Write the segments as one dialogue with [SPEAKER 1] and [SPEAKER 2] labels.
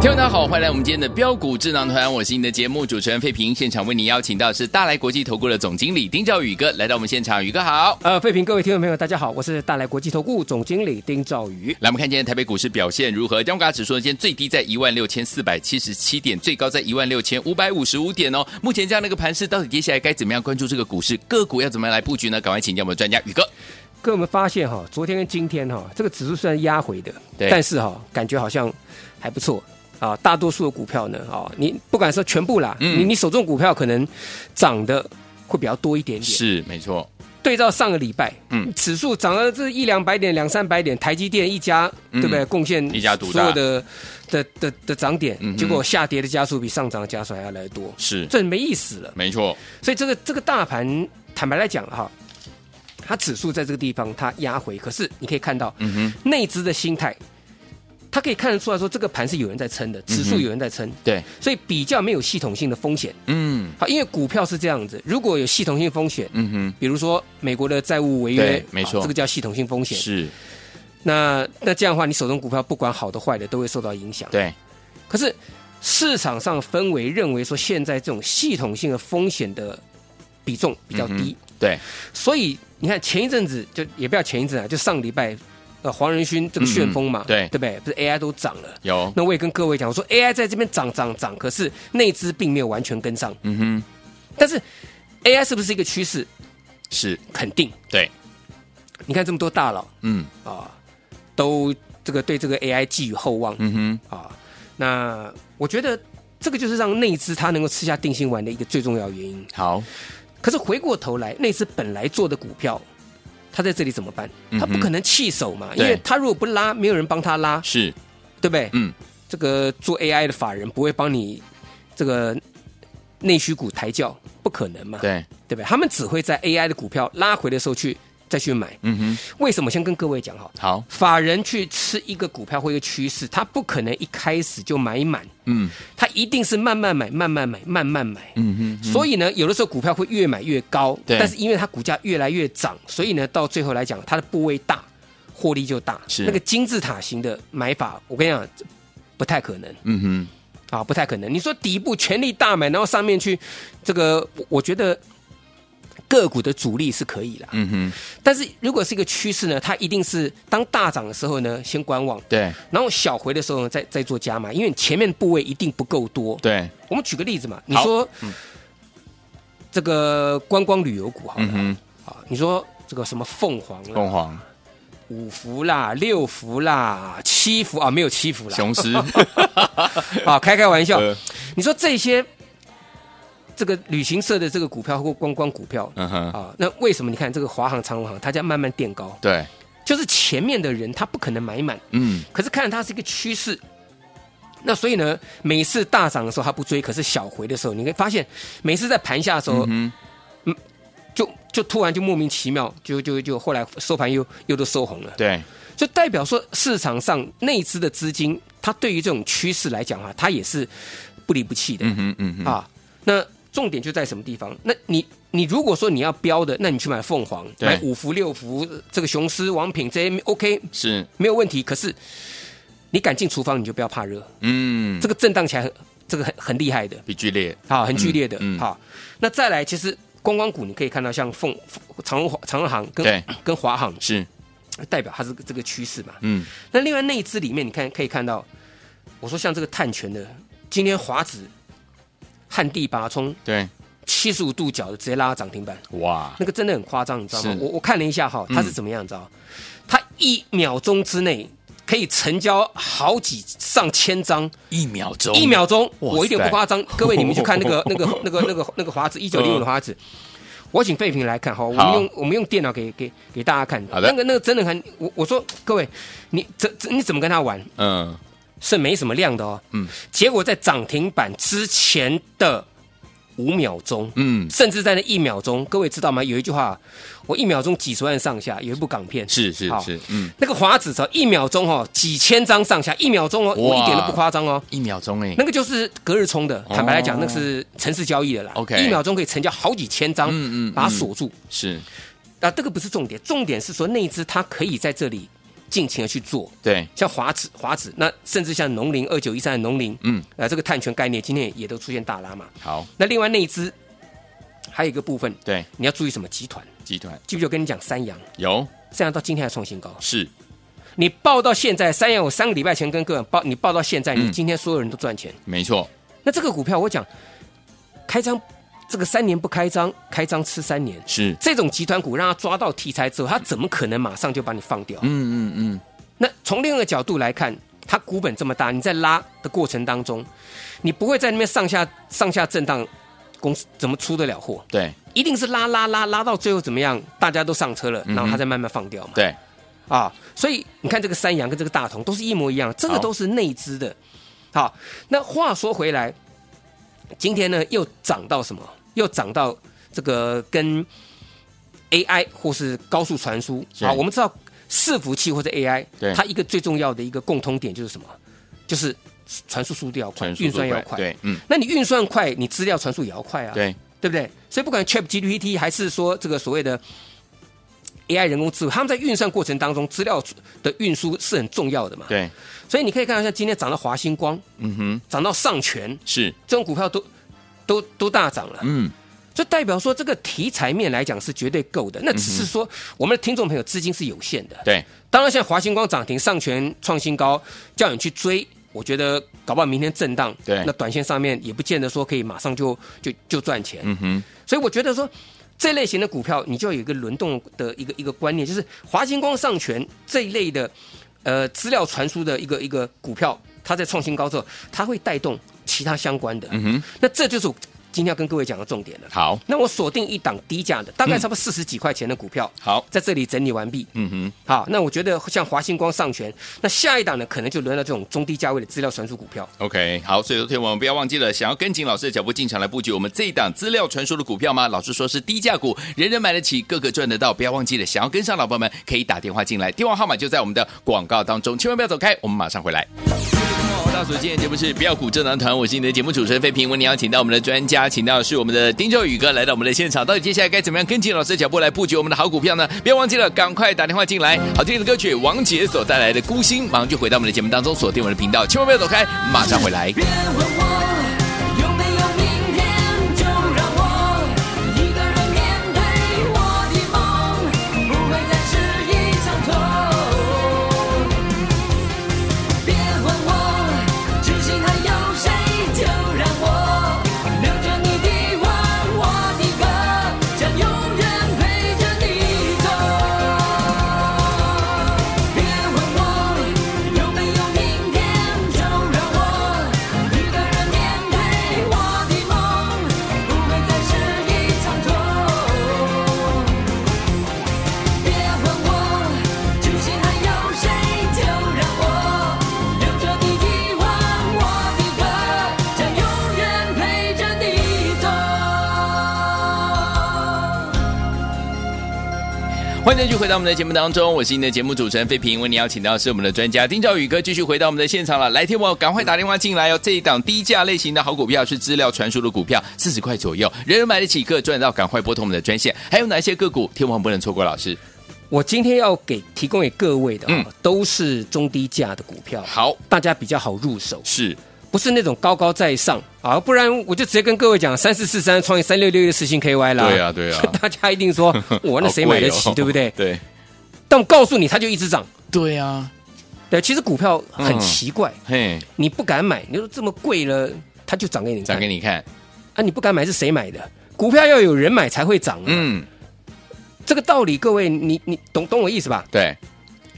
[SPEAKER 1] 听众大家好，欢迎来我们今天的标股智囊团，我是你的节目主持人费平，现场为您邀请到是大来国际投顾的总经理丁兆宇哥来到我们现场，宇哥好。
[SPEAKER 2] 呃，废评各位听众朋友，大家好，我是大来国际投顾总经理丁兆宇。
[SPEAKER 1] 来，我们看今天台北股市表现如何？加权指数呢，今天最低在16,477点，最高在16,555点哦。目前这样的一个盘势，到底接下来该怎么样关注这个股市？个股要怎么样来布局呢？赶快请教我们的专家宇哥。
[SPEAKER 2] 各位我们发现哈，昨天跟今天哈，这个指数虽然压回的，
[SPEAKER 1] 对
[SPEAKER 2] 但是哈，感觉好像还不错啊。大多数的股票呢，啊，你不敢说全部啦，
[SPEAKER 1] 嗯
[SPEAKER 2] 你你手中股票可能涨的会比较多一点点。
[SPEAKER 1] 是，没错，
[SPEAKER 2] 对照上个礼拜，
[SPEAKER 1] 嗯
[SPEAKER 2] 嗯，指数涨了这一两百点、两三百点，台积电一家，
[SPEAKER 1] 嗯
[SPEAKER 2] 对不对？贡献
[SPEAKER 1] 一家独大
[SPEAKER 2] 所有的的的的涨点
[SPEAKER 1] 嗯哼，
[SPEAKER 2] 结果下跌的加速比上涨的加速还要来得多，
[SPEAKER 1] 是，
[SPEAKER 2] 这没意思了。
[SPEAKER 1] 没错，
[SPEAKER 2] 所以这个这个大盘，坦白来讲哈，它指数在这个地方它压回，可是你可以看到
[SPEAKER 1] 嗯哼，
[SPEAKER 2] 内资的心态，它可以看得出来说这个盘是有人在撑的，指
[SPEAKER 1] 嗯
[SPEAKER 2] 数
[SPEAKER 1] 哼
[SPEAKER 2] 有人在撑，
[SPEAKER 1] 对，
[SPEAKER 2] 所以比较没有系统性的风险。
[SPEAKER 1] 嗯，
[SPEAKER 2] 好，因为股票是这样子，如果有系统性风险，
[SPEAKER 1] 嗯哼，
[SPEAKER 2] 比如说美国的债务违
[SPEAKER 1] 对
[SPEAKER 2] 约，
[SPEAKER 1] 没错
[SPEAKER 2] 啊这个叫系统性风险。
[SPEAKER 1] 是，
[SPEAKER 2] 那那这样的话，你手中股票不管好的坏的都会受到影响。
[SPEAKER 1] 对，
[SPEAKER 2] 可是市场上氛围认为说，现在这种系统性的风险的比重比较低，
[SPEAKER 1] 嗯对，
[SPEAKER 2] 所以你看前一阵子就也不要前一阵啊，就上礼拜呃黄仁勋这个旋风嘛，
[SPEAKER 1] 嗯对
[SPEAKER 2] 对不对？不是 AI 都涨了。
[SPEAKER 1] 有，
[SPEAKER 2] 那我也跟各位讲，我说 AI 在这边涨涨涨，可是内资并没有完全跟上。
[SPEAKER 1] 嗯哼，
[SPEAKER 2] 但是 AI 是不是一个趋势？
[SPEAKER 1] 是，
[SPEAKER 2] 肯定。
[SPEAKER 1] 对，
[SPEAKER 2] 你看这么多大佬，
[SPEAKER 1] 嗯，
[SPEAKER 2] 啊，都这个对这个 AI 寄予厚望
[SPEAKER 1] 嗯哼，
[SPEAKER 2] 啊。那我觉得这个就是让内资它能够吃下定心丸的一个最重要原因。
[SPEAKER 1] 好，
[SPEAKER 2] 可是回过头来，内资本来做的股票，它在这里怎么办？它
[SPEAKER 1] 嗯
[SPEAKER 2] 不
[SPEAKER 1] 哼
[SPEAKER 2] 可能弃手嘛，因
[SPEAKER 1] 对
[SPEAKER 2] 为它如果不拉，没有人帮它拉，
[SPEAKER 1] 是，
[SPEAKER 2] 对不对？
[SPEAKER 1] 嗯，
[SPEAKER 2] 这个做 AI 的法人不会帮你这个内需股抬轿，不可能嘛，
[SPEAKER 1] 对，
[SPEAKER 2] 对不对？他们只会在 AI 的股票拉回的时候去再去买。
[SPEAKER 1] 嗯哼，
[SPEAKER 2] 为什么？先跟各位讲好，
[SPEAKER 1] 好，
[SPEAKER 2] 法人去吃一个股票或一个趋势，他不可能一开始就买满，
[SPEAKER 1] 嗯，
[SPEAKER 2] 他一定是慢慢买、慢慢买、慢慢买。
[SPEAKER 1] 嗯哼，
[SPEAKER 2] 所以呢，有的时候股票会越买越高，
[SPEAKER 1] 对
[SPEAKER 2] 但是因为它股价越来越涨，所以呢，到最后来讲，它的部位大，获利就大。
[SPEAKER 1] 是
[SPEAKER 2] 那个金字塔型的买法，我跟你讲，不太可能
[SPEAKER 1] 嗯哼，
[SPEAKER 2] 啊，不太可能。你说底部全力大买，然后上面去这个，我我觉得个股的主力是可以啦。
[SPEAKER 1] 嗯哼，
[SPEAKER 2] 但是如果是一个趋势呢，它一定是当大涨的时候呢，先观望，
[SPEAKER 1] 对
[SPEAKER 2] 然后小回的时候呢，再再做加码，因为你前面部位一定不够多。
[SPEAKER 1] 对，
[SPEAKER 2] 我们举个例子嘛，你
[SPEAKER 1] 好嗯
[SPEAKER 2] 说、这个观光旅游股好了、
[SPEAKER 1] 嗯
[SPEAKER 2] 啊，你说这个什么凤凰
[SPEAKER 1] 哼，
[SPEAKER 2] 啦、
[SPEAKER 1] 凤凰、
[SPEAKER 2] 五福啦、六福啦、七福啊，没有七福啦，
[SPEAKER 1] 雄 狮，
[SPEAKER 2] 啊，开开玩笑，
[SPEAKER 1] 呃
[SPEAKER 2] 你说这些这个旅行社的这个股票或观光股票。
[SPEAKER 1] 嗯哼，
[SPEAKER 2] 啊，那为什么你看这个华航、长荣航，它在慢慢垫高？
[SPEAKER 1] 对，
[SPEAKER 2] 就是前面的人他不可能买满，
[SPEAKER 1] 嗯，
[SPEAKER 2] 可是看它是一个趋势。那所以呢，每次大涨的时候它不追，可是小回的时候，你会发现每次在盘下的时候，
[SPEAKER 1] 嗯
[SPEAKER 2] 就就突然就莫名其妙，就就就后来收盘又又都收红了
[SPEAKER 1] 哼，，对，
[SPEAKER 2] 就代表说市场上内资的资金，它对于这种趋势来讲啊，它也是不离不弃的、
[SPEAKER 1] 嗯哼，嗯哼，
[SPEAKER 2] 啊。那重点就在什么地方？那你你如果说你要标的，那你去买凤凰、
[SPEAKER 1] 对
[SPEAKER 2] 买五福、六福、这个雄狮、王品这些 OK
[SPEAKER 1] 是，
[SPEAKER 2] 没有问题。可是你敢进厨房，你就不要怕热，
[SPEAKER 1] 嗯，
[SPEAKER 2] 这个震荡起来很这个很很厉害的，
[SPEAKER 1] 比剧烈，
[SPEAKER 2] 好，很剧烈的，
[SPEAKER 1] 嗯嗯
[SPEAKER 2] 好。那再来，其实观光股你可以看到，像凤凤长荣长荣航
[SPEAKER 1] 对
[SPEAKER 2] 跟 跟华航，
[SPEAKER 1] 是，
[SPEAKER 2] 代表它是这个趋势嘛。
[SPEAKER 1] 嗯，
[SPEAKER 2] 那另外内资里面，你看可以看到，我说像这个碳权的，今天华指、旱地拔葱
[SPEAKER 1] 对，
[SPEAKER 2] 七十五度角的直接拉到涨停板，
[SPEAKER 1] 哇，
[SPEAKER 2] 那个真的很夸张，你知道吗
[SPEAKER 1] 啊是？
[SPEAKER 2] 我我看了一下哈，它是
[SPEAKER 1] 嗯
[SPEAKER 2] 怎么样，你知道吗？它一秒钟之内可以成交好几上千张，
[SPEAKER 1] 一秒钟，
[SPEAKER 2] 一秒钟，
[SPEAKER 1] 哇
[SPEAKER 2] 我一点
[SPEAKER 1] 塞
[SPEAKER 2] 不夸张。各位，你们去看那 个、那个、那个、那个、那个华子，一九零五的华子，我请费平来看哈。我们
[SPEAKER 1] 嗯好
[SPEAKER 2] 用我们用电脑给给给大家看。
[SPEAKER 1] 好的
[SPEAKER 2] 那个那个真的很，我我说各位，你怎怎你怎么跟他玩
[SPEAKER 1] 嗯，
[SPEAKER 2] 是没什么量的哦。
[SPEAKER 1] 嗯，
[SPEAKER 2] 结果在涨停板之前的五秒钟，
[SPEAKER 1] 嗯
[SPEAKER 2] 甚至在那一秒钟，各位知道吗？有一句话，我一秒钟几十万上下，有一部港片
[SPEAKER 1] 是是
[SPEAKER 2] 好
[SPEAKER 1] 是，嗯，
[SPEAKER 2] 那个华子只要一秒钟哦，几千张上下，一秒钟哦，我
[SPEAKER 1] 哇
[SPEAKER 2] 一点都不夸张哦。
[SPEAKER 1] 一秒钟哎
[SPEAKER 2] 那，个就是隔日冲的，
[SPEAKER 1] 哦
[SPEAKER 2] 坦白来讲，那是城市交易的啦。
[SPEAKER 1] OK
[SPEAKER 2] 一秒钟可以成交好几千张，
[SPEAKER 1] 嗯嗯嗯
[SPEAKER 2] 把它锁住。
[SPEAKER 1] 是
[SPEAKER 2] 啊，这个不是重点，重点是说那一只它可以在这里尽情的去做，
[SPEAKER 1] 对，
[SPEAKER 2] 像华子、华子，那甚至像农林二九一三的农林，
[SPEAKER 1] 嗯，
[SPEAKER 2] 呃，这个碳权概念今天也都出现大拉嘛。
[SPEAKER 1] 好，
[SPEAKER 2] 那另外那一只还有一个部分，
[SPEAKER 1] 对，
[SPEAKER 2] 你要注意什么集团？
[SPEAKER 1] 集团
[SPEAKER 2] 记不记得我跟你讲三阳？
[SPEAKER 1] 有
[SPEAKER 2] 三阳到今天还创新高，
[SPEAKER 1] 是
[SPEAKER 2] 你报到现在，三阳我三个礼拜前跟各位报，你报到现在，你
[SPEAKER 1] 嗯
[SPEAKER 2] 今天所有人都赚钱。
[SPEAKER 1] 没错，
[SPEAKER 2] 那这个股票我讲，开张这个三年不开张，开张吃三年，
[SPEAKER 1] 是，
[SPEAKER 2] 这种集团股让他抓到题材之后，他怎么可能马上就把你放掉？
[SPEAKER 1] 嗯嗯嗯，
[SPEAKER 2] 那从另一个角度来看，它股本这么大，你在拉的过程当中，你不会在那边上下上下震荡，公司怎么出得了货？
[SPEAKER 1] 对
[SPEAKER 2] 一定是拉拉拉拉到最后怎么样？大家都上车了，
[SPEAKER 1] 嗯哼
[SPEAKER 2] 然后它再慢慢放掉嘛。
[SPEAKER 1] 对，
[SPEAKER 2] 啊，所以你看这个三阳跟这个大同都是一模一样，这个
[SPEAKER 1] 好
[SPEAKER 2] 都是内资的。好，那话说回来，今天呢又涨到什么？又涨到这个跟 AI 或是高速传输
[SPEAKER 1] 是
[SPEAKER 2] 啊，我们知道伺服器或者 AI，
[SPEAKER 1] 对
[SPEAKER 2] 它一个最重要的一个共通点就是什么？就是传输速度要快，
[SPEAKER 1] 传输
[SPEAKER 2] 运算
[SPEAKER 1] 速度
[SPEAKER 2] 要快。，
[SPEAKER 1] 对，嗯，
[SPEAKER 2] 那你运算快，你资料传输也要快啊。
[SPEAKER 1] 对，
[SPEAKER 2] 对不对？所以不管 Chat GPT 还是说这个所谓的 AI 人工智能，他们在运算过程当中，资料的运输是很重要的嘛。
[SPEAKER 1] 对，
[SPEAKER 2] 所以你可以看到，像今天涨到华星光，
[SPEAKER 1] 嗯哼，
[SPEAKER 2] 涨到上权
[SPEAKER 1] 是，
[SPEAKER 2] 这种股票都都都大涨了，
[SPEAKER 1] 嗯，
[SPEAKER 2] 就代表说这个题材面来讲是绝对够的。那只是说我们的听众朋友资金是有限的。
[SPEAKER 1] 对，
[SPEAKER 2] 当然，像华星光涨停，上权创新高，叫你去追。我觉得搞不好明天震荡，
[SPEAKER 1] 对
[SPEAKER 2] 那短线上面也不见得说可以马上就就就赚钱，
[SPEAKER 1] 嗯哼，
[SPEAKER 2] 所以我觉得说，这类型的股票你就有一个轮动的一个一个观念，就是华星光上权这一类的，呃，资料传输的一个一个股票，它在创新高之后，它会带动其他相关的。
[SPEAKER 1] 嗯哼，
[SPEAKER 2] 那这就是我今天要跟各位讲的重点了。
[SPEAKER 1] 好，
[SPEAKER 2] 那我锁定一档低价的，大概差不多四十几块钱的股票，
[SPEAKER 1] 好，
[SPEAKER 2] 在这里整理完毕。
[SPEAKER 1] 嗯哼，
[SPEAKER 2] 好，那我觉得像华星光上权，那下一档呢，可能就轮到这种中低价位的资料传输股票。
[SPEAKER 1] OK，好，所以昨天我们不要忘记了，想要跟紧老师的脚步进场来布局我们这一档资料传输的股票吗？老师说是低价股，人人买得起，个个赚得到，不要忘记了，想要跟上的老朋友们可以打电话进来，电话号码就在我们的广告当中，千万不要走开，我们马上回来。大所今天节目是标股智囊团，我是你的节目主持人费平。为你邀请到我们的专家，请到的是我们的丁兆宇哥来到我们的现场。到底接下来该怎么样跟进老师的脚步来布局我们的好股票呢？不要忘记了，赶快打电话进来。好听的歌曲，王杰所带来的《孤星》，马上就回到我们的节目当中，锁定我们的频道，千万不要走开，马上回来。
[SPEAKER 3] 别问我有没有明天，就让我一个人面对我的梦，不会再是一场空。别问我痴心还有谁，就让我留着你的吻，我的歌，将永远陪着你走。别问我有没有明天，就让我一个人面对我的梦，不会再是一场空。别问我痴心还有谁，就让我留着你的吻，我的歌，将永远陪着你走。
[SPEAKER 1] 欢迎继续回到我们的节目当中，我是您的节目主持人费平，为您邀请到的是我们的专家丁兆宇哥，继续回到我们的现场了。来，天王赶快打电话进来哦！这一档低价类型的好股票是资料传输的股票，四十块左右，人人买得起，个人赚得到，赶快拨通我们的专线。还有哪些个股天王不能错过？老师，
[SPEAKER 2] 我今天要给提供给各位的、啊
[SPEAKER 1] 嗯
[SPEAKER 2] 都是中低价的股票，
[SPEAKER 1] 好，
[SPEAKER 2] 大家比较好入手，
[SPEAKER 1] 是
[SPEAKER 2] 不是那种高高在上啊，不然我就直接跟各位讲，三四四三创业三六六六四星 KY 啦。
[SPEAKER 1] 对啊对啊 哦
[SPEAKER 2] 大家一 定说，我那谁买得起，对不对？
[SPEAKER 1] 对
[SPEAKER 2] 但我告诉你，它就一直涨。
[SPEAKER 1] 对啊，
[SPEAKER 2] 对，其实股票很
[SPEAKER 1] 嗯
[SPEAKER 2] 奇怪，
[SPEAKER 1] 嘿，
[SPEAKER 2] 你不敢买，你说这么贵了，它就涨给你看。
[SPEAKER 1] 讲给你看，
[SPEAKER 2] 啊，你不敢买是谁买的？股票要有人买才会涨、啊。嗯，
[SPEAKER 1] 嗯，
[SPEAKER 2] 这个道理各位，你你懂懂我意思吧？
[SPEAKER 1] 对，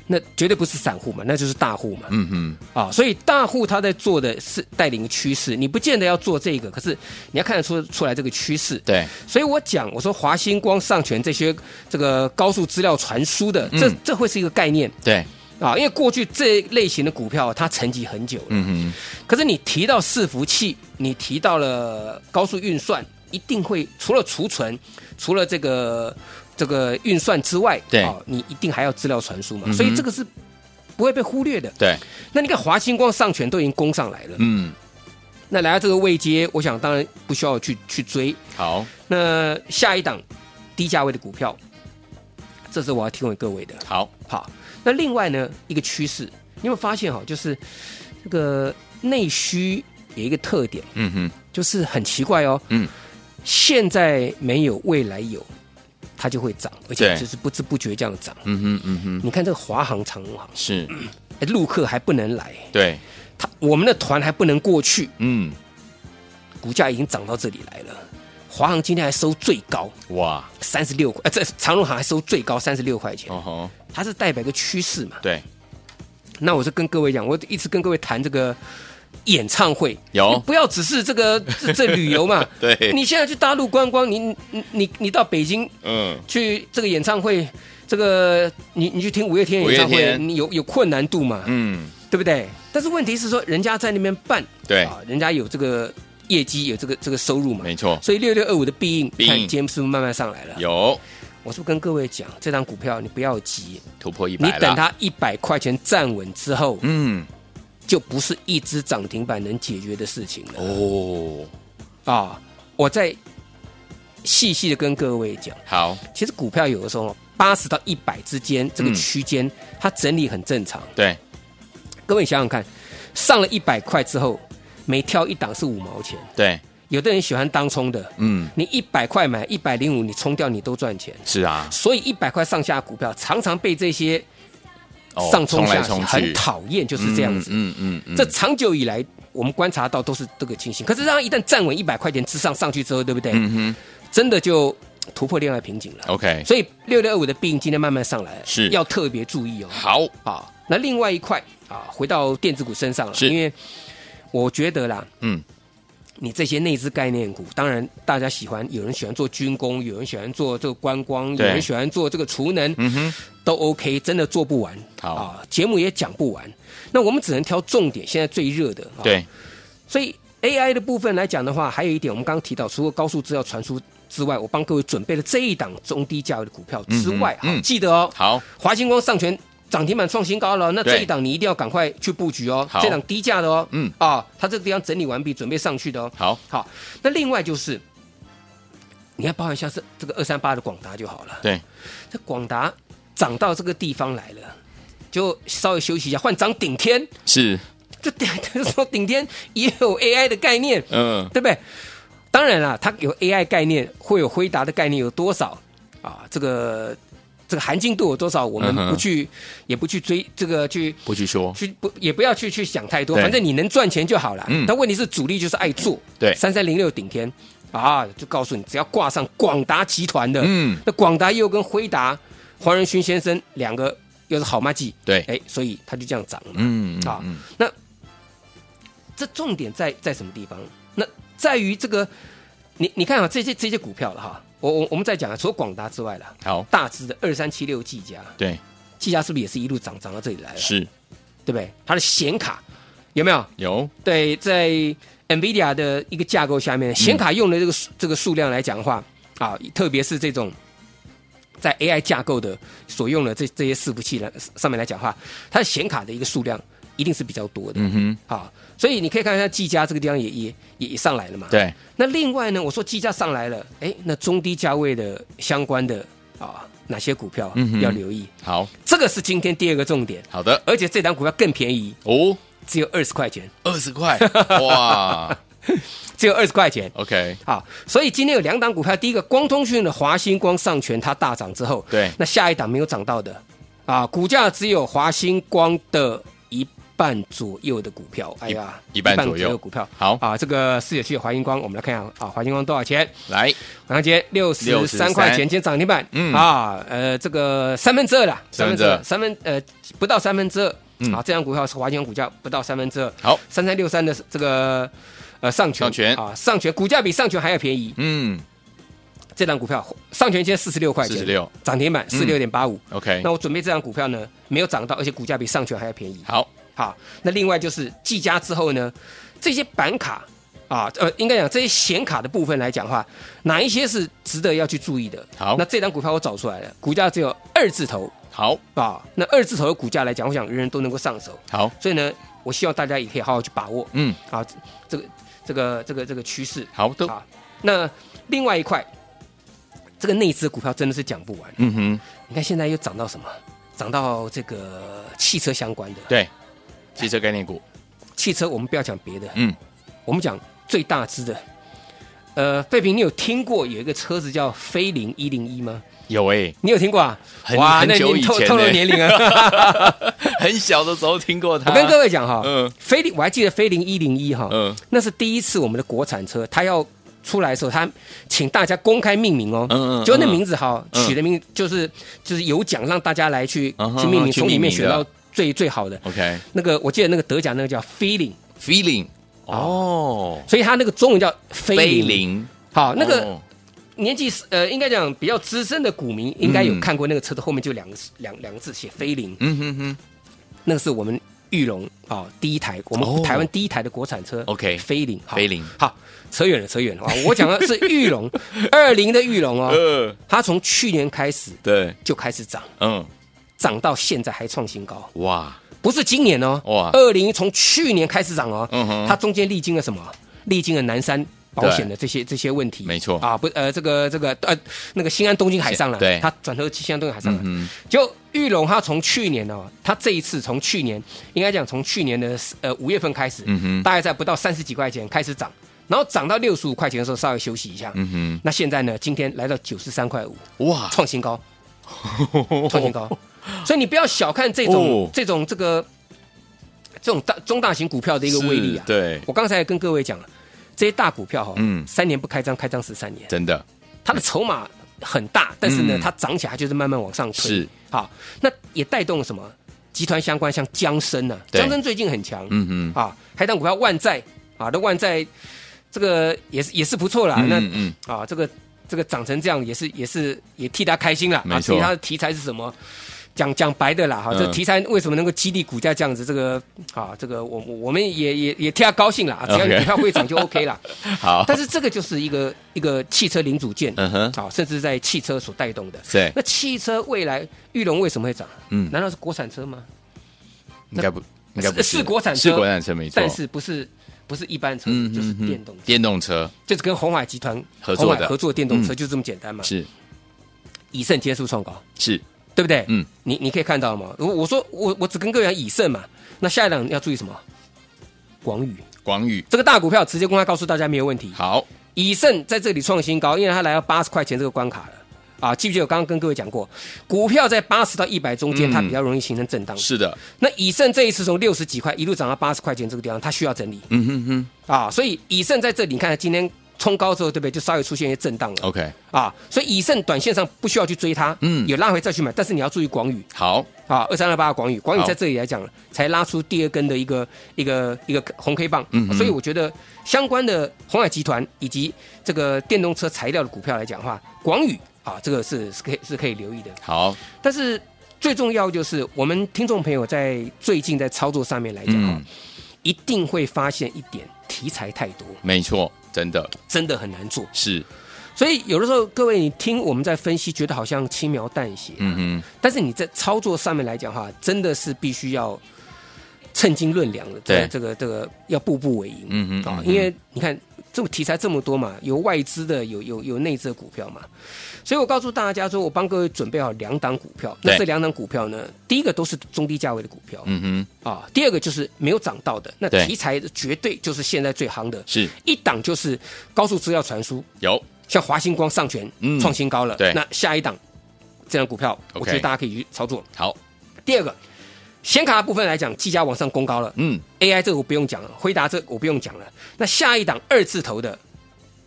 [SPEAKER 2] 那绝对不是散户嘛，那就是大户嘛。
[SPEAKER 1] 嗯哼，
[SPEAKER 2] 啊，所以大户他在做的是带领趋势，你不见得要做这个，可是你要看得出出来这个趋势。
[SPEAKER 1] 对，
[SPEAKER 2] 所以我讲，我说华星光、上权这些这个高速资料传输的，这、
[SPEAKER 1] 嗯
[SPEAKER 2] 这会是一个概念
[SPEAKER 1] 对，
[SPEAKER 2] 啊，因为过去这类型的股票它沉寂很久了，
[SPEAKER 1] 嗯
[SPEAKER 2] 可是你提到伺服器，你提到了高速运算，一定会除了储存，除了这个这个运算之外，啊
[SPEAKER 1] 对
[SPEAKER 2] 你一定还要资料传输嘛，
[SPEAKER 1] 嗯哼
[SPEAKER 2] 所以这个是不会被忽略的
[SPEAKER 1] 哼，。对，
[SPEAKER 2] 那你看华星光上权都已经攻上来了，
[SPEAKER 1] 嗯，
[SPEAKER 2] 那来到这个位阶，我想当然不需要去去追。
[SPEAKER 1] 好，
[SPEAKER 2] 那下一档低价位的股票，这是我要提供给各位的。
[SPEAKER 1] 好，
[SPEAKER 2] 好，那另外呢，一个趋势，你有没有发现哈，就是这个内需有一个特点，
[SPEAKER 1] 嗯哼，
[SPEAKER 2] 就是很奇怪哦，
[SPEAKER 1] 嗯，
[SPEAKER 2] 现在没有，未来有，它就会涨，而且
[SPEAKER 1] 对
[SPEAKER 2] 就是不知不觉这样涨。
[SPEAKER 1] 嗯哼，嗯哼，
[SPEAKER 2] 你看这个华航、长荣航，
[SPEAKER 1] 是，
[SPEAKER 2] 哎陆客还不能来，
[SPEAKER 1] 对，
[SPEAKER 2] 他我们的团还不能过去，
[SPEAKER 1] 嗯，
[SPEAKER 2] 股价已经涨到这里来了。华航今天还收最高
[SPEAKER 1] 哇，
[SPEAKER 2] 三十六块，呃，这长荣航还收最高三十六块钱，
[SPEAKER 1] 哦吼，
[SPEAKER 2] 它是代表一个趋势嘛。
[SPEAKER 1] 对，
[SPEAKER 2] 那我是跟各位讲，我一直跟各位谈这个演唱会，
[SPEAKER 1] 有？
[SPEAKER 2] 你不要只是这个这这旅游嘛
[SPEAKER 1] 对
[SPEAKER 2] 你现在去大陆观光，你你你你到北京
[SPEAKER 1] 嗯，
[SPEAKER 2] 去这个演唱会，这个你你去听五月天演唱
[SPEAKER 1] 五月
[SPEAKER 2] 会，
[SPEAKER 1] 天
[SPEAKER 2] 你有有困难度嘛？
[SPEAKER 1] 嗯，
[SPEAKER 2] 对不对？但是问题是说，人家在那边办，
[SPEAKER 1] 对
[SPEAKER 2] 啊，人家有这个业绩，有这个这个收入嘛，
[SPEAKER 1] 没错，
[SPEAKER 2] 所以六六二五的必应，
[SPEAKER 1] 必应
[SPEAKER 2] 看今天是不是慢慢上来了？
[SPEAKER 1] 有
[SPEAKER 2] 我是不是跟各位讲，这张股票你不要急，
[SPEAKER 1] 突破一
[SPEAKER 2] 你
[SPEAKER 1] 百
[SPEAKER 2] 等
[SPEAKER 1] 了，
[SPEAKER 2] 它一百块钱站稳之后，
[SPEAKER 1] 嗯，
[SPEAKER 2] 就不是一只涨停板能解决的事情了。
[SPEAKER 1] 哦，
[SPEAKER 2] 啊，我再细细的跟各位讲，
[SPEAKER 1] 好，
[SPEAKER 2] 其实股票有的时候八十到一百之间这个
[SPEAKER 1] 嗯
[SPEAKER 2] 区间，它整理很正常。
[SPEAKER 1] 对，
[SPEAKER 2] 各位想想看，上了一百块之后，每跳一档是五毛钱，
[SPEAKER 1] 对，
[SPEAKER 2] 有的人喜欢当冲的，
[SPEAKER 1] 嗯，
[SPEAKER 2] 你一百块买一百零五，你冲掉你都赚钱。
[SPEAKER 1] 是啊，
[SPEAKER 2] 所以一百块上下股票常常被这些
[SPEAKER 1] 哦
[SPEAKER 2] 上冲下洗
[SPEAKER 1] 冲来冲去
[SPEAKER 2] 很讨厌，就是这样子。
[SPEAKER 1] 嗯嗯嗯，
[SPEAKER 2] 这长久以来我们观察到都是这个情形。可是当它一旦站稳一百块钱之上上去之后，对不对？
[SPEAKER 1] 嗯
[SPEAKER 2] 真的就突破恋爱瓶颈了。
[SPEAKER 1] 哼，OK，
[SPEAKER 2] 所以六六二五的病今天慢慢上来了，
[SPEAKER 1] 是
[SPEAKER 2] 要特别注意哦。
[SPEAKER 1] 好，
[SPEAKER 2] 啊，那另外一块啊，回到电子股身上了，
[SPEAKER 1] 是
[SPEAKER 2] 因为我觉得啦，
[SPEAKER 1] 嗯，
[SPEAKER 2] 你这些内资概念股，当然大家喜欢，有人喜欢做军工，有人喜欢做这个观光，有
[SPEAKER 1] 对
[SPEAKER 2] 人喜欢做这个储能，
[SPEAKER 1] 嗯哼，
[SPEAKER 2] 都 OK，真的做不完。
[SPEAKER 1] 好
[SPEAKER 2] 啊，节目也讲不完，那我们只能挑重点，现在最热的。啊，
[SPEAKER 1] 对，
[SPEAKER 2] 所以 AI 的部分来讲的话，还有一点，我们刚刚提到，除了高速资料传输之外，我帮各位准备了这一档中低价位的股票之外，
[SPEAKER 1] 嗯嗯
[SPEAKER 2] 好
[SPEAKER 1] 嗯
[SPEAKER 2] 记得哦，
[SPEAKER 1] 好，
[SPEAKER 2] 华星光上权涨停板创新高了，那
[SPEAKER 1] 对
[SPEAKER 2] 这一档你一定要赶快去布局哦
[SPEAKER 1] 好，
[SPEAKER 2] 这档低价的哦，
[SPEAKER 1] 嗯
[SPEAKER 2] 啊，它这个地方整理完毕，准备上去的哦。
[SPEAKER 1] 好，
[SPEAKER 2] 好，那另外就是你要包含像是这个二三八的广达就好了，
[SPEAKER 1] 对，
[SPEAKER 2] 这广达涨到这个地方来了，就稍微休息一下，换涨顶天，
[SPEAKER 1] 是，
[SPEAKER 2] 就顶 说顶天也有 AI 的概念，
[SPEAKER 1] 嗯，
[SPEAKER 2] 对不对？当然啦，它有 AI 概念，会有回答的概念有多少啊？这个这个含金度有多少？我们
[SPEAKER 1] 嗯哼
[SPEAKER 2] 不去，也不去追这个去
[SPEAKER 1] 不去说，
[SPEAKER 2] 去不也不要去去想太多，
[SPEAKER 1] 对
[SPEAKER 2] 反正你能赚钱就好了。
[SPEAKER 1] 嗯
[SPEAKER 2] 但问题是主力就是爱做，
[SPEAKER 1] 对
[SPEAKER 2] 三三零六顶天啊，就告诉你，只要挂上广达集团的，
[SPEAKER 1] 嗯
[SPEAKER 2] 那广达又跟辉达、黄仁勋先生两个又是好妈鸡，
[SPEAKER 1] 对
[SPEAKER 2] 哎，所以它就这样涨了。
[SPEAKER 1] 嗯
[SPEAKER 2] 啊
[SPEAKER 1] 嗯，
[SPEAKER 2] 那这重点在在什么地方？那在于这个，你你看啊，这些这些股票了哈，我我我们再讲啊，除了广达之外了，
[SPEAKER 1] 好，
[SPEAKER 2] 大致的二三七六技嘉，
[SPEAKER 1] 对，
[SPEAKER 2] 技嘉是不是也是一路涨涨到这里来了？，
[SPEAKER 1] 是
[SPEAKER 2] 对不对？它的显卡有没有？
[SPEAKER 1] 有，
[SPEAKER 2] 对，在 NVIDIA 的一个架构下面，显卡用的这个数这个数量来讲的话，啊，特别是这种在 AI 架构的所用的这这些伺服器来上面来讲的话，它的显卡的一个数量一定是比较多的。
[SPEAKER 1] 嗯哼，
[SPEAKER 2] 好，所以你可以看一下技嘉这个地方也也也也上来了嘛。。
[SPEAKER 1] 对，
[SPEAKER 2] 那另外呢，我说技嘉上来了，哎，那中低价位的相关的啊哪些股票
[SPEAKER 1] 嗯哼
[SPEAKER 2] 要留意？
[SPEAKER 1] 好，
[SPEAKER 2] 这个是今天第二个重点，
[SPEAKER 1] 好的，
[SPEAKER 2] 而且这档股票更便宜，
[SPEAKER 1] 哦，
[SPEAKER 2] 只有二十块钱，
[SPEAKER 1] 二十块，哇
[SPEAKER 2] 只有二十块钱。
[SPEAKER 1] ，OK，
[SPEAKER 2] 好，所以今天有两档股票，第一个光通讯的华星光上权它大涨之后，
[SPEAKER 1] 对
[SPEAKER 2] 那下一档没有涨到的啊，股价只有华星光的一半。半左右的股票。哎呀，
[SPEAKER 1] 一一半左右
[SPEAKER 2] 的股票。
[SPEAKER 1] 好
[SPEAKER 2] 啊，这个四九七的华星光，我们来看一下啊，华星光多少钱？
[SPEAKER 1] 来，
[SPEAKER 2] 晚上接六十三块钱，今天涨停板，
[SPEAKER 1] 嗯
[SPEAKER 2] 啊，呃，这个三分之二啦，
[SPEAKER 1] 三分之二
[SPEAKER 2] 三分呃不到三分之二，
[SPEAKER 1] 嗯
[SPEAKER 2] 啊，这张股票是华强股价不到三分之二，
[SPEAKER 1] 好，
[SPEAKER 2] 三三六三的这个呃上权，
[SPEAKER 1] 上权
[SPEAKER 2] 啊，上权股价比上权还要便宜，
[SPEAKER 1] 嗯
[SPEAKER 2] 这张股票上权今天四十六块钱，
[SPEAKER 1] 46
[SPEAKER 2] 涨停
[SPEAKER 1] 嗯
[SPEAKER 2] 板四六点八五，
[SPEAKER 1] ，OK，
[SPEAKER 2] 那我准备这张股票呢没有涨到，而且股价比上权还要便宜，
[SPEAKER 1] 好，
[SPEAKER 2] 好，那另外就是技嘉之后呢，这些板卡啊，呃，应该讲这些显卡的部分来讲的话，哪一些是值得要去注意的？
[SPEAKER 1] 好
[SPEAKER 2] 那这张股票我找出来了，股价只有二字头
[SPEAKER 1] 好，
[SPEAKER 2] 啊。那二字头的股价来讲，我想人人都能够上手，
[SPEAKER 1] 好，
[SPEAKER 2] 所以呢，我希望大家也可以好好去把握
[SPEAKER 1] 嗯，
[SPEAKER 2] 啊，这个这个这个这个趋势。
[SPEAKER 1] 好都，
[SPEAKER 2] 啊，那另外一块，这个内资股票真的是讲不完。
[SPEAKER 1] 嗯哼，
[SPEAKER 2] 你看现在又涨到什么？涨到这个汽车相关的。
[SPEAKER 1] 对，汽车概念股，
[SPEAKER 2] 汽车我们不要讲别的，
[SPEAKER 1] 嗯，
[SPEAKER 2] 我们讲最大只的。呃，费平，你有听过有一个车子叫飞凌一零一吗？
[SPEAKER 1] 有哎，
[SPEAKER 2] 你有听过啊？
[SPEAKER 1] 很
[SPEAKER 2] 哇，
[SPEAKER 1] 很
[SPEAKER 2] 那
[SPEAKER 1] 久
[SPEAKER 2] 你
[SPEAKER 1] 以
[SPEAKER 2] 透
[SPEAKER 1] 前
[SPEAKER 2] 透露
[SPEAKER 1] 呢
[SPEAKER 2] 年龄啊！
[SPEAKER 1] 很小的时候听过它，
[SPEAKER 2] 我跟各位讲哈，
[SPEAKER 1] 嗯
[SPEAKER 2] 飞凌我还记得飞凌一零一哈，
[SPEAKER 1] 嗯
[SPEAKER 2] 那是第一次我们的国产车，它要出来的时候，它请大家公开命名哦，
[SPEAKER 1] 嗯嗯
[SPEAKER 2] 就那名字哈，
[SPEAKER 1] 嗯
[SPEAKER 2] 取的名就是就是有奖让大家来去
[SPEAKER 1] 嗯哼嗯
[SPEAKER 2] 去命名，
[SPEAKER 1] 去
[SPEAKER 2] 从里
[SPEAKER 1] 命
[SPEAKER 2] 面
[SPEAKER 1] 名
[SPEAKER 2] 选
[SPEAKER 1] 的
[SPEAKER 2] 到最最好的。
[SPEAKER 1] ，OK，feeling，
[SPEAKER 2] 那个我记得那个得奖那个叫飞凌，
[SPEAKER 1] 哦，
[SPEAKER 2] 所以它那个中文叫飞
[SPEAKER 1] 贝
[SPEAKER 2] 凌。
[SPEAKER 1] 林，
[SPEAKER 2] 好，那个
[SPEAKER 1] 哦
[SPEAKER 2] 年纪是呃，应该讲比较资深的股民，应该有看过那个车的后面就两个两两个字写飞凌，
[SPEAKER 1] 嗯哼哼
[SPEAKER 2] 那个是我们玉龙啊、第一台，我
[SPEAKER 1] 哦
[SPEAKER 2] 们台湾第一台的国产车。
[SPEAKER 1] OK
[SPEAKER 2] 飞凌，好
[SPEAKER 1] 飞凌
[SPEAKER 2] 好，扯远了，扯远了啊！我讲的是 玉龙二零的玉龙哦，
[SPEAKER 1] 呃，
[SPEAKER 2] 它从去年开始
[SPEAKER 1] 对，
[SPEAKER 2] 就开始涨，
[SPEAKER 1] 嗯，
[SPEAKER 2] 涨到现在还创新高，
[SPEAKER 1] 哇，
[SPEAKER 2] 不是今年哦，
[SPEAKER 1] 哇
[SPEAKER 2] 二零从去年开始涨哦，
[SPEAKER 1] 嗯哼
[SPEAKER 2] 它中间历经了什么？历经了南山。保险的这些这些问题，
[SPEAKER 1] 没错
[SPEAKER 2] 啊，不呃，这个这个呃，那个新安东京海上了，
[SPEAKER 1] 是对
[SPEAKER 2] 它转头去新安东京海上了。
[SPEAKER 1] 嗯
[SPEAKER 2] 就玉龙，它从去年哦，它这一次从去年应该讲从去年的呃五月份开始，
[SPEAKER 1] 嗯哼
[SPEAKER 2] 大概在不到三十几块钱开始涨，然后涨到六十五块钱的时候稍微休息一下，
[SPEAKER 1] 嗯哼，
[SPEAKER 2] 那现在呢，今天来到九十三块五，
[SPEAKER 1] 哇，
[SPEAKER 2] 创新高，创新高。所以你不要小看这种、
[SPEAKER 1] 哦
[SPEAKER 2] 这种这个这种大中大型股票的一个威力啊
[SPEAKER 1] 是。对，
[SPEAKER 2] 我刚才也跟各位讲了，这些大股票哈、
[SPEAKER 1] 嗯
[SPEAKER 2] 三年不开张，开张十三年，
[SPEAKER 1] 真的
[SPEAKER 2] 它的筹码很大，但是呢，
[SPEAKER 1] 嗯
[SPEAKER 2] 它涨起来就是慢慢往上推。
[SPEAKER 1] 是，
[SPEAKER 2] 好，那也带动了什么集团相关，像江生啊，
[SPEAKER 1] 对
[SPEAKER 2] 江生最近很强，
[SPEAKER 1] 嗯哼，
[SPEAKER 2] 啊，还当股票万债啊，那万债这个也是也是不错啦，
[SPEAKER 1] 嗯
[SPEAKER 2] 那
[SPEAKER 1] 嗯嗯，
[SPEAKER 2] 啊，这个这个长成这样也是也是也替他开心啦。
[SPEAKER 1] 没错
[SPEAKER 2] 啊、至于他的题材是什么？讲讲白的啦，哈、
[SPEAKER 1] 嗯
[SPEAKER 2] 这题材为什么能够激励股价这样子？这个啊，这个我我我们也也也替他高兴啦，啊只要
[SPEAKER 1] OK
[SPEAKER 2] 你股票会涨就 OK 啦。
[SPEAKER 1] 嗯好，
[SPEAKER 2] 但是这个就是一个一个汽车零组件，
[SPEAKER 1] 嗯哼，
[SPEAKER 2] 啊，甚至在汽车所带动的。
[SPEAKER 1] 对，
[SPEAKER 2] 那汽车未来玉龙为什么会涨？
[SPEAKER 1] 嗯
[SPEAKER 2] 难道是国产车吗？
[SPEAKER 1] 应该不，应该不
[SPEAKER 2] 是是国产车
[SPEAKER 1] 是国产车没错，
[SPEAKER 2] 但是不是不是一般车，
[SPEAKER 1] 嗯
[SPEAKER 2] 就是
[SPEAKER 1] 嗯嗯
[SPEAKER 2] 电动车，
[SPEAKER 1] 电动车
[SPEAKER 2] 就是跟红海集团
[SPEAKER 1] 合作的嗯
[SPEAKER 2] 鸿海合作电动车，就这么简单嘛。
[SPEAKER 1] 是
[SPEAKER 2] 以盛接触创高，
[SPEAKER 1] 是，
[SPEAKER 2] 对不对？
[SPEAKER 1] 嗯，
[SPEAKER 2] 你你可以看到吗？我我说我我只跟各位讲以盛嘛，那下一档要注意什么？广宇
[SPEAKER 1] 广宇
[SPEAKER 2] 这个大股票直接公开告诉大家没有问题。
[SPEAKER 1] 好，
[SPEAKER 2] 以盛在这里创新高，因为它来到八十块钱这个关卡了。啊，记不记得我刚刚跟各位讲过，股票在八十到一百中间，
[SPEAKER 1] 嗯
[SPEAKER 2] 它比较容易形成震荡。
[SPEAKER 1] 是的，
[SPEAKER 2] 那以盛这一次从六十几块一路涨到八十块钱这个地方，它需要整理
[SPEAKER 1] 嗯哼哼
[SPEAKER 2] 啊。所以以盛在这里，你看今天冲高之后，对不对？就稍微出现一些震荡了
[SPEAKER 1] ，OK，
[SPEAKER 2] 啊。所以以盛短线上不需要去追它，
[SPEAKER 1] 嗯
[SPEAKER 2] 有拉回再去买，但是你要注意广宇。
[SPEAKER 1] 好，
[SPEAKER 2] 啊，二三二八的广宇，广宇
[SPEAKER 1] 好
[SPEAKER 2] 在这里来讲，才拉出第二根的一个一个一个红 K 棒，
[SPEAKER 1] 嗯哼
[SPEAKER 2] 所以我觉得相关的红海集团以及这个电动车材料的股票来讲的话，广宇啊，这个是是可以是可以留意的。
[SPEAKER 1] 好，
[SPEAKER 2] 但是最重要就是我们听众朋友在最近在操作上面来讲啊，
[SPEAKER 1] 嗯，
[SPEAKER 2] 一定会发现一点题材太多，
[SPEAKER 1] 没错，真的
[SPEAKER 2] 真的很难做。
[SPEAKER 1] 是，
[SPEAKER 2] 所以有的时候各位你听我们在分析，觉得好像轻描淡写，
[SPEAKER 1] 嗯哼，
[SPEAKER 2] 但是你在操作上面来讲哈，真的是必须要称斤论两的，
[SPEAKER 1] 对
[SPEAKER 2] 这个这个要步步为营，
[SPEAKER 1] 嗯哼嗯，
[SPEAKER 2] 啊
[SPEAKER 1] 哼
[SPEAKER 2] 因为你看这种题材这么多嘛，有外资的，有有有内资的股票嘛，所以我告诉大家说，我帮各位准备好两档股票，
[SPEAKER 1] 对
[SPEAKER 2] 那这两档股票呢，第一个都是中低价位的股票、
[SPEAKER 1] 嗯哼，
[SPEAKER 2] 啊，第二个就是没有涨到的，那
[SPEAKER 1] 对
[SPEAKER 2] 题材绝对就是现在最夯的，
[SPEAKER 1] 是
[SPEAKER 2] 一档就是高速资料传输，
[SPEAKER 1] 有，
[SPEAKER 2] 像华星光上权
[SPEAKER 1] 嗯
[SPEAKER 2] 创新高了，
[SPEAKER 1] 对
[SPEAKER 2] 那下一档这张股票，
[SPEAKER 1] OK
[SPEAKER 2] 我觉得大家可以去操作。
[SPEAKER 1] 好，
[SPEAKER 2] 第二个，显卡的部分来讲，技嘉往上攻高了，
[SPEAKER 1] 嗯，
[SPEAKER 2] AI 这个我不用讲了，辉达这个我不用讲了。那下一档二字头的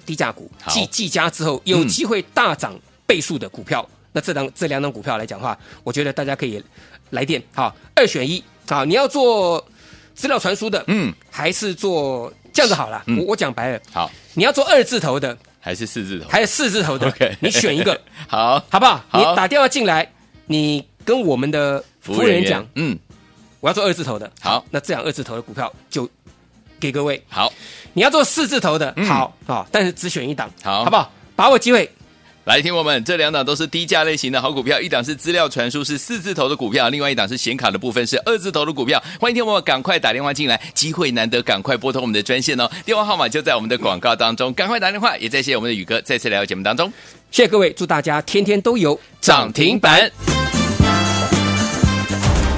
[SPEAKER 2] 低价股，
[SPEAKER 1] 好
[SPEAKER 2] 继技嘉之后有机会大涨倍数的股票，那这档这两档股票来讲的话，我觉得大家可以来电，好，二选一，好，你要做资料传输的，
[SPEAKER 1] 嗯，
[SPEAKER 2] 还是做这样子好了，
[SPEAKER 1] 嗯
[SPEAKER 2] 我我讲白了，
[SPEAKER 1] 好，
[SPEAKER 2] 你要做二字头的，
[SPEAKER 1] 还是四字头。
[SPEAKER 2] 还有四字头的
[SPEAKER 1] OK
[SPEAKER 2] 你选一个，
[SPEAKER 1] 好，
[SPEAKER 2] 好不好？
[SPEAKER 1] 好
[SPEAKER 2] 你打电话进来，你跟我们的服务人员讲，
[SPEAKER 1] 嗯，
[SPEAKER 2] 我要做二字头的，
[SPEAKER 1] 好
[SPEAKER 2] 那这样二字头的股票就给各位。
[SPEAKER 1] 好，
[SPEAKER 2] 你要做四字头的，
[SPEAKER 1] 嗯
[SPEAKER 2] 好好、但是只选一档，
[SPEAKER 1] 好
[SPEAKER 2] 好不好？把握机会，
[SPEAKER 1] 来，听我们，这两档都是低价类型的好股票，一档是资料传输是四字头的股票，另外一档是显卡的部分是二字头的股票。欢迎听我们赶快打电话进来，机会难得，赶快拨通我们的专线哦，电话号码就在我们的广告当中，赶快打电话。也再谢谢我们的宇哥再次来到节目当中，
[SPEAKER 2] 谢谢各位，祝大家天天都有
[SPEAKER 1] 涨停板。